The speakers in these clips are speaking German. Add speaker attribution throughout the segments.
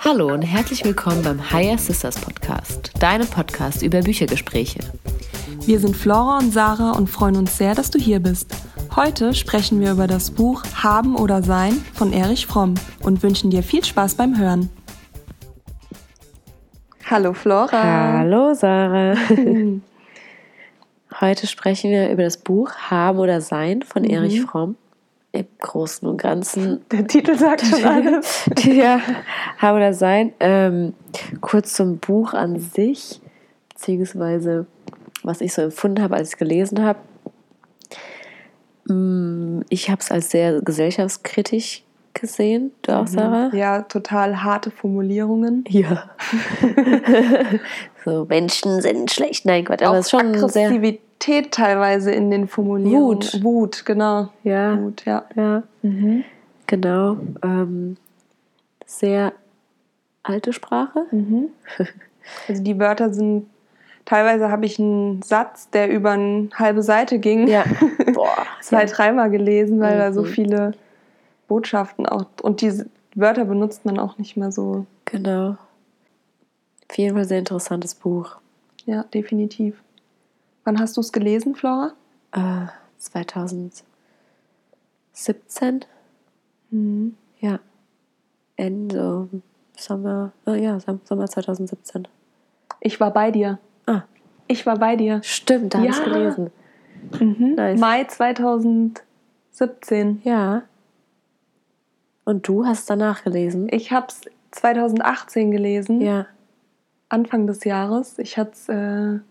Speaker 1: Hallo und herzlich willkommen beim Higher Sisters Podcast, deinem Podcast über Büchergespräche.
Speaker 2: Wir sind Flora und Sarah und freuen uns sehr, dass du hier bist. Heute sprechen wir über das Buch Haben oder Sein von Erich Fromm und wünschen dir viel Spaß beim Hören. Hallo Flora.
Speaker 1: Hallo Sarah. Heute sprechen wir über das Buch Haben oder Sein von Erich Fromm. Im Großen und Ganzen.
Speaker 2: Der Titel sagt schon alles.
Speaker 1: ja, Haben oder Sein. Ähm, kurz zum Buch an sich, beziehungsweise was ich so empfunden habe, als ich es gelesen habe. Mm, Ich habe es als sehr gesellschaftskritisch gesehen, du auch, Sarah?
Speaker 2: Ja, total harte Formulierungen.
Speaker 1: Ja. so, Menschen sind schlecht. Nein, Gott, aber
Speaker 2: Auch
Speaker 1: es ist schon sehr.
Speaker 2: Aggressivität teilweise in den Formulierungen.
Speaker 1: Wut.
Speaker 2: Wut, genau.
Speaker 1: Ja,
Speaker 2: Wut, ja.
Speaker 1: ja, genau. Ähm, sehr alte Sprache.
Speaker 2: Mhm. Also die Wörter sind, teilweise habe ich einen Satz, der über eine halbe Seite ging.
Speaker 1: Ja. Boah.
Speaker 2: zwei, dreimal gelesen, weil da so
Speaker 1: Mhm.
Speaker 2: viele Botschaften auch und die Wörter benutzt man auch nicht mehr so.
Speaker 1: Genau. Auf jeden Fall sehr interessantes Buch.
Speaker 2: Ja, definitiv. Wann hast du es gelesen, Flora?
Speaker 1: Äh, 2017.
Speaker 2: Mhm.
Speaker 1: Ja. Ende Sommer. Oh ja, Sam- Sommer 2017.
Speaker 2: Ich war bei dir.
Speaker 1: Ah.
Speaker 2: Ich war bei dir.
Speaker 1: Stimmt, da habe ich
Speaker 2: Ja.
Speaker 1: gelesen. Nice.
Speaker 2: Mhm. Mai 2017.
Speaker 1: Ja. Und du hast danach gelesen?
Speaker 2: Ich habe es 2018 gelesen,
Speaker 1: Ja.
Speaker 2: Anfang des Jahres. Ich hatte es, äh,
Speaker 1: Oh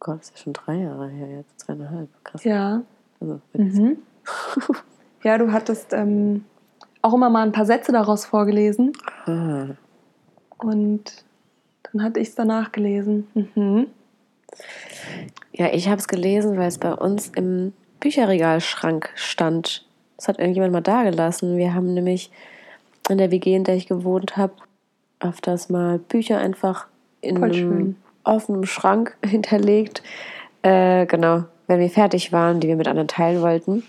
Speaker 1: Gott, das ist ja schon drei Jahre her jetzt. Dreieinhalb. Krass.
Speaker 2: ja. Mhm.
Speaker 1: Also,
Speaker 2: ja, du hattest ähm, auch immer mal ein paar Sätze daraus vorgelesen.
Speaker 1: ah,
Speaker 2: Und dann hatte ich es danach gelesen. Mhm.
Speaker 1: Ja, ich habe es gelesen, weil es bei uns im Bücherregalschrank stand. Das hat irgendjemand mal dagelassen. Wir haben nämlich in der WG, in der ich gewohnt habe, öfters mal Bücher einfach in
Speaker 2: Voll
Speaker 1: einem
Speaker 2: schön.
Speaker 1: offenen Schrank hinterlegt. Äh, genau, wenn wir fertig waren, die wir mit anderen teilen wollten.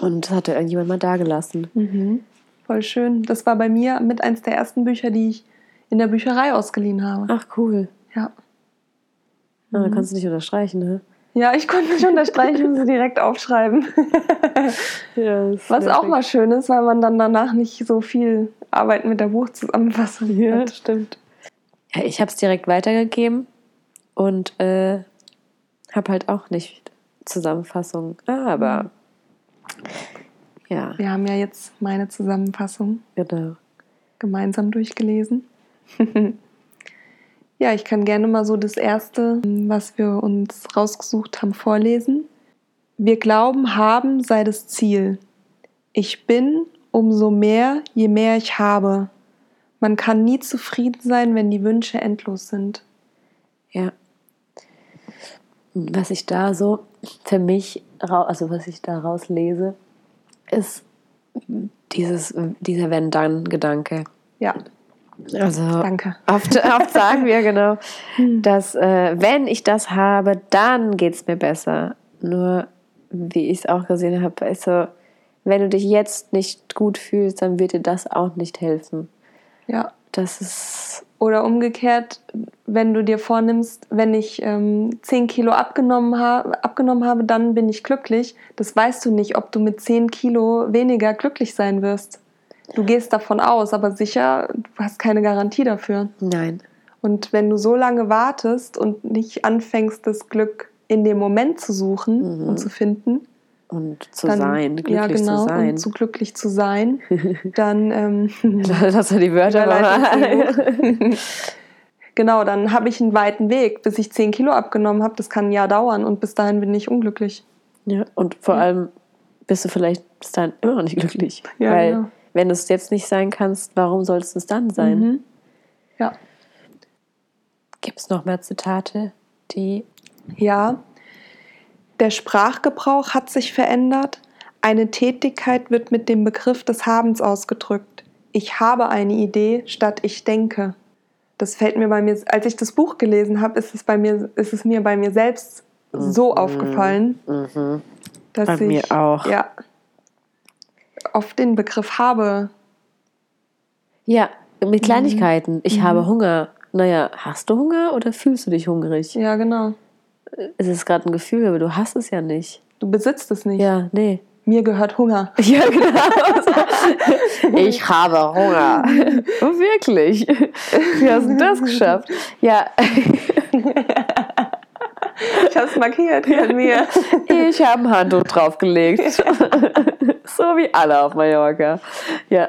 Speaker 1: Und das hatte irgendjemand mal dagelassen.
Speaker 2: Mhm. Voll schön. Das war bei mir mit eins der ersten Bücher, die ich in der Bücherei ausgeliehen habe.
Speaker 1: Ach, cool.
Speaker 2: Ja,
Speaker 1: Ja,
Speaker 2: Mhm.
Speaker 1: Da kannst du nicht unterstreichen, ne?
Speaker 2: ja ich konnte nicht unterstreichen und sie direkt aufschreiben.
Speaker 1: Ja,
Speaker 2: Was auch mal schön ist, weil man dann danach nicht so viel Arbeit mit der Buchzusammenfassung
Speaker 1: Ja,
Speaker 2: hat.
Speaker 1: stimmt. Ja, ich habe es direkt weitergegeben und äh, habe halt auch nicht Zusammenfassung. Ah,
Speaker 2: Mhm.
Speaker 1: aber ja,
Speaker 2: Wir haben ja jetzt meine Zusammenfassung
Speaker 1: genau.
Speaker 2: gemeinsam durchgelesen. ja, ich kann gerne mal so das Erste, was wir uns rausgesucht haben, vorlesen. Wir glauben, haben sei das Ziel. Ich bin umso mehr, je mehr ich habe. Man kann nie zufrieden sein, wenn die Wünsche endlos sind.
Speaker 1: Ja. Was ich da so für mich, rau- also was ich da rauslese, ist dieses, dieser Wenn-Dann-Gedanke.
Speaker 2: Ja,
Speaker 1: Also,
Speaker 2: danke.
Speaker 1: Oft, oft sagen wir genau, dass äh, wenn ich das habe, dann geht es mir besser. Nur, wie ich es auch gesehen habe, ist so, wenn du dich jetzt nicht gut fühlst, dann wird dir das auch nicht helfen.
Speaker 2: Ja.
Speaker 1: Das ist,
Speaker 2: Oder umgekehrt, wenn du dir vornimmst, wenn ich ähm, 10 Kilo abgenommen, ha abgenommen habe, dann bin ich glücklich. Das weißt du nicht, ob du mit 10 Kilo weniger glücklich sein wirst. Du gehst davon aus, aber sicher, du hast keine Garantie dafür.
Speaker 1: nein,
Speaker 2: Und wenn du so lange wartest und nicht anfängst, das Glück in dem Moment zu suchen
Speaker 1: Mhm.
Speaker 2: und zu finden,
Speaker 1: und zu
Speaker 2: dann-
Speaker 1: sein, glücklich
Speaker 2: ja, genau,
Speaker 1: zu sein.
Speaker 2: und zu glücklich zu sein, dann ähm,
Speaker 1: Lass mal die Wörter
Speaker 2: Überleitung
Speaker 1: mal.
Speaker 2: Genau, dann habe ich einen weiten Weg, bis ich 10 Kilo abgenommen habe. Das kann ein Jahr dauern und bis dahin bin ich unglücklich.
Speaker 1: ja, Und vor
Speaker 2: Ja.
Speaker 1: allem bist du vielleicht bis dahin immer noch nicht glücklich.
Speaker 2: Ja,
Speaker 1: Weil,
Speaker 2: genau.
Speaker 1: wenn du es jetzt nicht sein kannst, warum sollst du es dann sein?
Speaker 2: Mhm. Ja.
Speaker 1: Gibt es noch mehr Zitate, die
Speaker 2: ja. Der Sprachgebrauch hat sich verändert. Eine Tätigkeit wird mit dem Begriff des Habens ausgedrückt. Ich habe eine Idee statt ich denke. Das fällt mir bei mir, als ich das Buch gelesen habe, ist es, bei mir, ist es mir bei mir selbst so aufgefallen,
Speaker 1: Mhm.
Speaker 2: dass
Speaker 1: Bei
Speaker 2: ich.
Speaker 1: mir auch.
Speaker 2: Ja. oft den Begriff habe.
Speaker 1: Ja, mit Kleinigkeiten. Ich habe Hunger. Naja, hast du Hunger oder fühlst du dich hungrig?
Speaker 2: Ja, genau.
Speaker 1: Es ist gerade ein Gefühl, aber du hast es ja nicht.
Speaker 2: Du besitzt es nicht.
Speaker 1: Ja, nee.
Speaker 2: Mir gehört Hunger.
Speaker 1: Ja, genau. ich habe Hunger. Oh, wirklich? Wie hast du das geschafft? Ja,
Speaker 2: Ich habe es markiert bei mir.
Speaker 1: ich habe ein Handtuch draufgelegt. so wie alle auf Mallorca. Ja.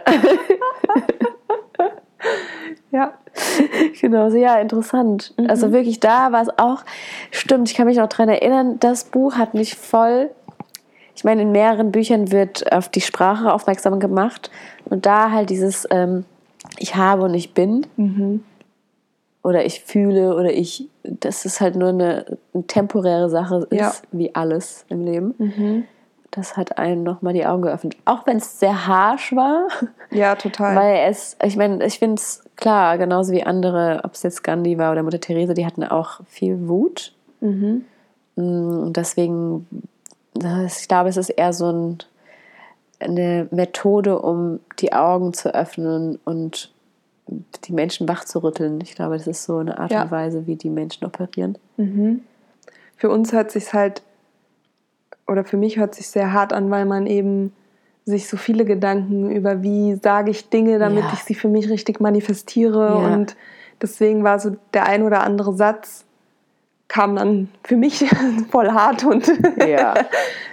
Speaker 2: Ja.
Speaker 1: Genau, so, ja, interessant. Also wirklich, da war es auch, stimmt, ich kann mich noch daran erinnern, das Buch hat mich voll, ich meine, in mehreren Büchern wird auf die Sprache aufmerksam gemacht und da halt dieses ähm, Ich habe und ich bin oder ich fühle oder ich, dass es halt nur eine, eine temporäre Sache ist,
Speaker 2: Ja.
Speaker 1: wie alles im Leben. Das hat einem nochmal die Augen geöffnet. Auch wenn es sehr harsch war,
Speaker 2: Ja, total.
Speaker 1: weil es, ich meine, ich finde es klar, genauso wie andere, ob es jetzt Gandhi war oder Mutter Therese, die hatten auch viel Wut.
Speaker 2: mhm.
Speaker 1: Mm, Und deswegen, das- ich glaube, es ist eher so ein, eine Methode, um die Augen zu öffnen und die Menschen wachzurütteln. Ich glaube, das ist so eine Art
Speaker 2: Ja.
Speaker 1: und Weise, wie die Menschen operieren.
Speaker 2: Mhm. Für uns hört sich halt, oder für mich hört sich sehr hart an, weil man eben sich so viele Gedanken über, wie sage ich Dinge, damit
Speaker 1: Ja.
Speaker 2: ich sie für mich richtig manifestiere.
Speaker 1: Ja.
Speaker 2: Und deswegen war so der ein oder andere Satz, kam dann für mich voll hart und
Speaker 1: Ja.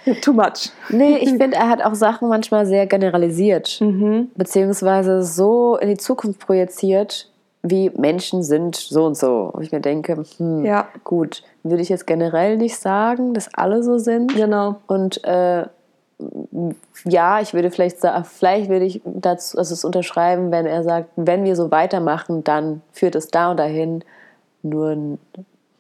Speaker 2: too much.
Speaker 1: Nee, ich finde, er hat auch Sachen manchmal sehr generalisiert.
Speaker 2: Mhm.
Speaker 1: beziehungsweise so in die Zukunft projiziert, wie Menschen sind so und so. Und ich mir denke, hm,
Speaker 2: Ja.
Speaker 1: gut, würde ich jetzt generell nicht sagen, dass alle so sind.
Speaker 2: Genau.
Speaker 1: Und äh, ja, ich würde vielleicht sa- vielleicht würde ich dazu also es unterschreiben, wenn er sagt, wenn wir so weitermachen, dann führt es da und dahin. Nur n-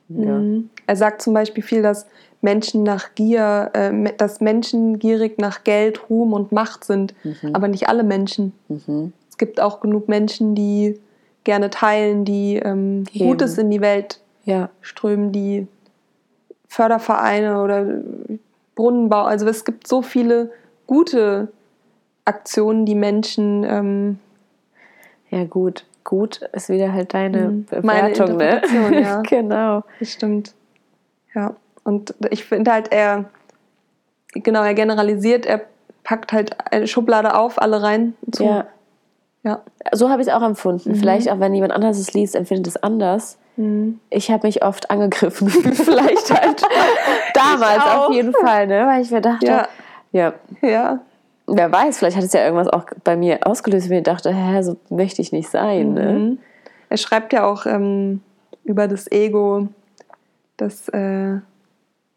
Speaker 1: ja.
Speaker 2: Mhm. Er sagt zum Beispiel viel, dass Menschen nach Gier, äh, me- dass Menschen gierig nach Geld, Ruhm und Macht sind, aber nicht alle Menschen.
Speaker 1: Mhm.
Speaker 2: Es gibt auch genug Menschen, die gerne teilen, die ähm,
Speaker 1: Geben.
Speaker 2: Gutes in die Welt
Speaker 1: ja.
Speaker 2: strömen, die Fördervereine oder Brunnenbau. Also es gibt so viele gute Aktionen, die Menschen ähm,
Speaker 1: Ja, gut. Gut ist wieder halt deine
Speaker 2: Mhm. Meine
Speaker 1: Bewertung, ne?
Speaker 2: Interpretation, ja.
Speaker 1: genau.
Speaker 2: Das stimmt. Ja. Und ich finde halt, er, genau, er generalisiert, er packt halt eine Schublade auf, alle rein. So. Mhm.
Speaker 1: Ja.
Speaker 2: Ja.
Speaker 1: So habe ich es auch empfunden. Vielleicht auch, wenn jemand anderes es liest, empfindet es anders.
Speaker 2: Mhm.
Speaker 1: Ich habe mich oft angegriffen. Vielleicht halt damals
Speaker 2: Ich auch.
Speaker 1: auf jeden Fall, ne? weil ich mir dachte, ja.
Speaker 2: Ja. Ja.
Speaker 1: wer weiß, vielleicht hat es ja irgendwas auch bei mir ausgelöst, wo ich mir dachte, hä, so möchte ich nicht sein. Ne?
Speaker 2: Mhm. Er schreibt ja auch ähm, über das Ego, das äh,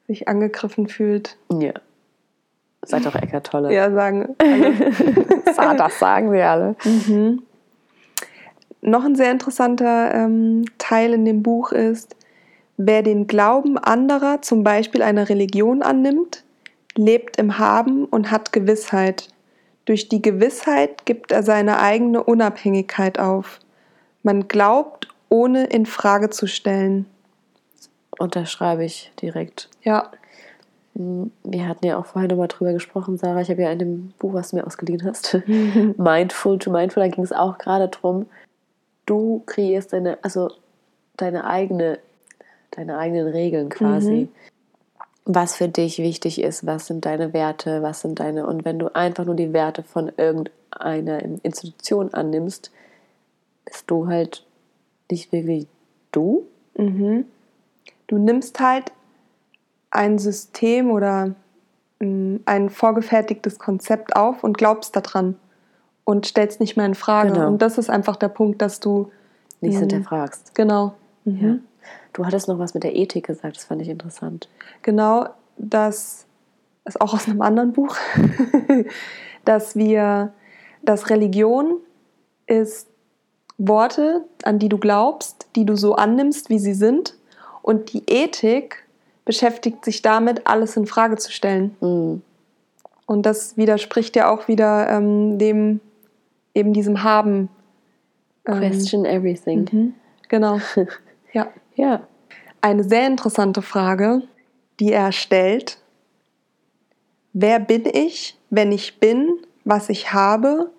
Speaker 2: sich angegriffen fühlt.
Speaker 1: Ja. Seid doch Eckart Tolle.
Speaker 2: Mhm. Ja, sagen.
Speaker 1: Sa- Das sagen wir alle.
Speaker 2: Mhm. Noch ein sehr interessanter ähm, Teil in dem Buch ist, wer den Glauben anderer, zum Beispiel einer Religion, annimmt, lebt im Haben und hat Gewissheit. Durch die Gewissheit gibt er seine eigene Unabhängigkeit auf. Man glaubt, ohne in Frage zu stellen.
Speaker 1: Unterschreibe ich direkt.
Speaker 2: Ja,
Speaker 1: Mhm. Wir hatten ja auch vorhin nochmal drüber gesprochen, Sarah. Ich habe ja in dem Buch, was du mir ausgeliehen hast, Mindful to Mindful, da ging es auch gerade drum, du kreierst deine, also deine eigene, deine eigenen Regeln quasi. Was für dich wichtig ist, was sind deine Werte, was sind deine, und wenn du einfach nur die Werte von irgendeiner Institution annimmst, bist du halt nicht wirklich du.
Speaker 2: Mhm. Du nimmst halt ein System oder ähm, ein vorgefertigtes Konzept auf und glaubst daran und stellst nicht mehr in Frage.
Speaker 1: Genau.
Speaker 2: Und das ist einfach der Punkt, dass du
Speaker 1: Nichts
Speaker 2: Mhm.
Speaker 1: hinterfragst.
Speaker 2: genau,
Speaker 1: Ja.
Speaker 2: mhm.
Speaker 1: Du hattest noch was mit der Ethik gesagt, das fand ich interessant.
Speaker 2: genau, das ist auch aus einem anderen Buch, dass wir, dass Religion ist Worte, an die du glaubst, die du so annimmst, wie sie sind. Und die Ethik beschäftigt sich damit, alles in Frage zu stellen.
Speaker 1: Mhm.
Speaker 2: Und das widerspricht ja auch wieder ähm, dem, eben diesem Haben. Ähm,
Speaker 1: Question everything.
Speaker 2: Mhm. Genau. ja.
Speaker 1: Ja.
Speaker 2: Eine sehr interessante Frage, die er stellt. Wer bin ich, wenn ich bin, was ich habe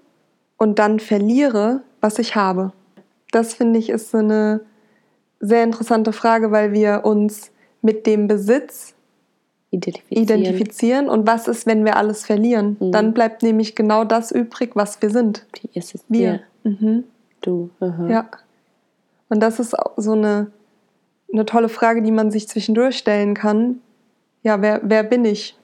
Speaker 2: und dann verliere, was ich habe? Das finde ich ist so eine sehr interessante Frage, weil wir uns mit dem Besitz
Speaker 1: Identifizieren.
Speaker 2: identifizieren und was ist, wenn wir alles verlieren?
Speaker 1: Mhm.
Speaker 2: Dann bleibt nämlich genau das übrig, was wir sind.
Speaker 1: Die ist es.
Speaker 2: Wir.
Speaker 1: Ja,
Speaker 2: Mhm.
Speaker 1: du. Aha.
Speaker 2: Ja. Und das ist auch so eine, eine tolle Frage, die man sich zwischendurch stellen kann. Ja, wer, wer bin ich?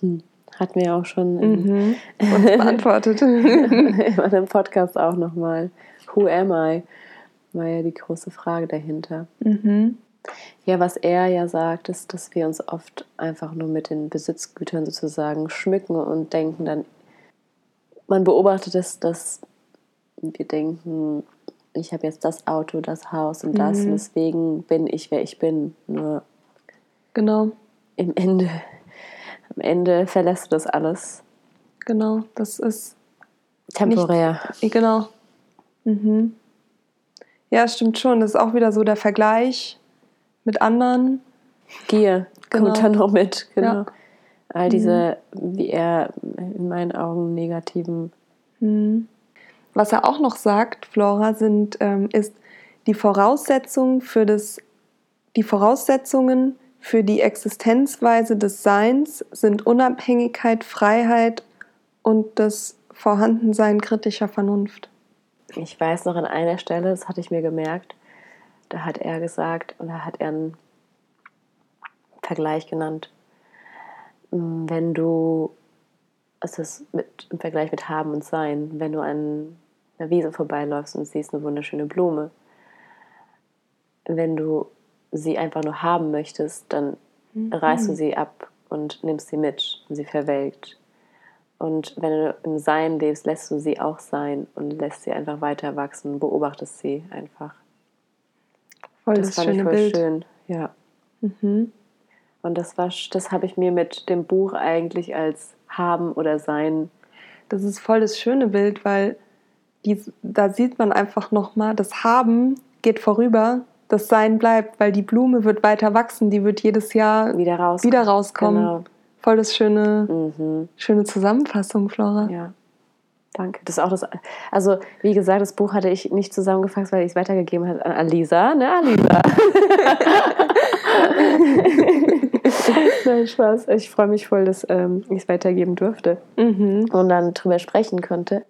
Speaker 1: Hm. Hatten wir auch schon in,
Speaker 2: Mhm. Und beantwortet.
Speaker 1: in einem Podcast auch nochmal. Who am I? War ja die große Frage dahinter.
Speaker 2: mhm.
Speaker 1: Ja, was er ja sagt, ist, dass wir uns oft einfach nur mit den Besitzgütern sozusagen schmücken und denken dann, man beobachtet es, dass wir denken, ich habe jetzt das Auto, das Haus und das,
Speaker 2: Mhm.
Speaker 1: und deswegen bin ich, wer ich bin. Nur
Speaker 2: Genau,
Speaker 1: im Ende, am Ende verlässt du das alles
Speaker 2: genau. Das ist,
Speaker 1: temporär.
Speaker 2: genau. Mhm. Ja, stimmt schon. Das ist auch wieder so der Vergleich mit anderen.
Speaker 1: Gier kommt
Speaker 2: Genau.
Speaker 1: dann noch mit. Genau.
Speaker 2: Ja.
Speaker 1: All diese, wie er in meinen Augen negativen.
Speaker 2: Mhm. Was er auch noch sagt, Flora, sind, ähm, ist die Voraussetzung für das, die Voraussetzungen für die Existenzweise des Seins sind Unabhängigkeit, Freiheit und das Vorhandensein kritischer Vernunft.
Speaker 1: Ich weiß noch an einer Stelle, das hatte ich mir gemerkt, da hat er gesagt, und da hat er einen Vergleich genannt. Mm, Wenn du, es ist mit, im Vergleich mit Haben und Sein, wenn du an einer Wiese vorbeiläufst und siehst eine wunderschöne Blume, wenn du sie einfach nur haben möchtest, dann reißt du sie ab und nimmst sie mit und sie verwelkt. Und wenn du im Sein lebst, lässt du sie auch sein und lässt sie einfach weiter wachsen, beobachtest sie einfach.
Speaker 2: Voll
Speaker 1: Das,
Speaker 2: das,
Speaker 1: fand ich
Speaker 2: schöne
Speaker 1: voll
Speaker 2: Bild.
Speaker 1: schön. Ja.
Speaker 2: Mhm.
Speaker 1: Und das war, sch- das habe ich mir mit dem Buch eigentlich als Haben oder Sein.
Speaker 2: Das ist voll das schöne Bild, weil dies, da sieht man einfach nochmal, das Haben geht vorüber, das Sein bleibt, weil die Blume wird weiter wachsen, die wird jedes Jahr
Speaker 1: wieder raus.
Speaker 2: wieder rauskommen. Voll das schöne,
Speaker 1: Genau. Mhm.
Speaker 2: schöne Zusammenfassung, Flora.
Speaker 1: Ja. Danke. Das ist auch das. Also, wie gesagt, das Buch hatte ich nicht zusammengefasst, weil ich es weitergegeben habe an Alisa. Ne, Alisa? Nein, Spaß. Ich freue mich voll, dass ähm, ich es weitergeben durfte
Speaker 2: Mhm.
Speaker 1: und dann drüber sprechen konnte.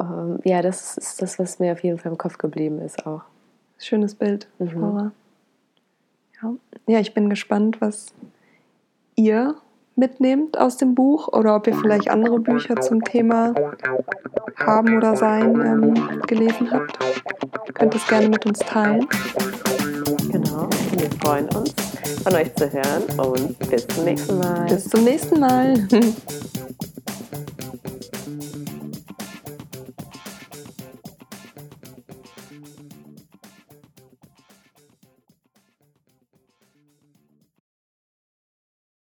Speaker 1: Ähm, ja, das ist das, was mir auf jeden Fall im Kopf geblieben ist auch.
Speaker 2: Schönes Bild,
Speaker 1: Mhm.
Speaker 2: Flora. Ja. ja, ich bin gespannt, was ihr mitnehmt aus dem Buch oder ob ihr vielleicht andere Bücher zum Thema haben oder sein ähm, gelesen habt. Könnt es gerne mit uns teilen.
Speaker 1: Genau. Wir freuen uns, von euch zu hören und bis zum nächsten Mal.
Speaker 2: Bis zum nächsten Mal.